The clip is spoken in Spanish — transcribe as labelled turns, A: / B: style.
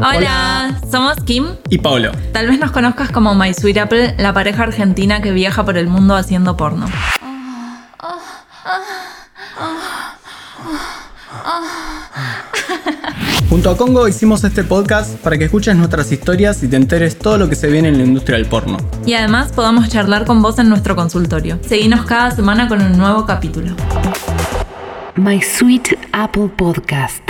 A: Hola, somos Kim.
B: Y Pablo.
A: Tal vez nos conozcas como My Sweet Apple, la pareja argentina que viaja por el mundo haciendo porno.
B: Junto a Congo hicimos este podcast para que escuches nuestras historias y te enteres todo lo que se viene en la industria del porno.
A: Y además podamos charlar con vos en nuestro consultorio. Seguinos cada semana con un nuevo capítulo.
C: My Sweet Apple Podcast.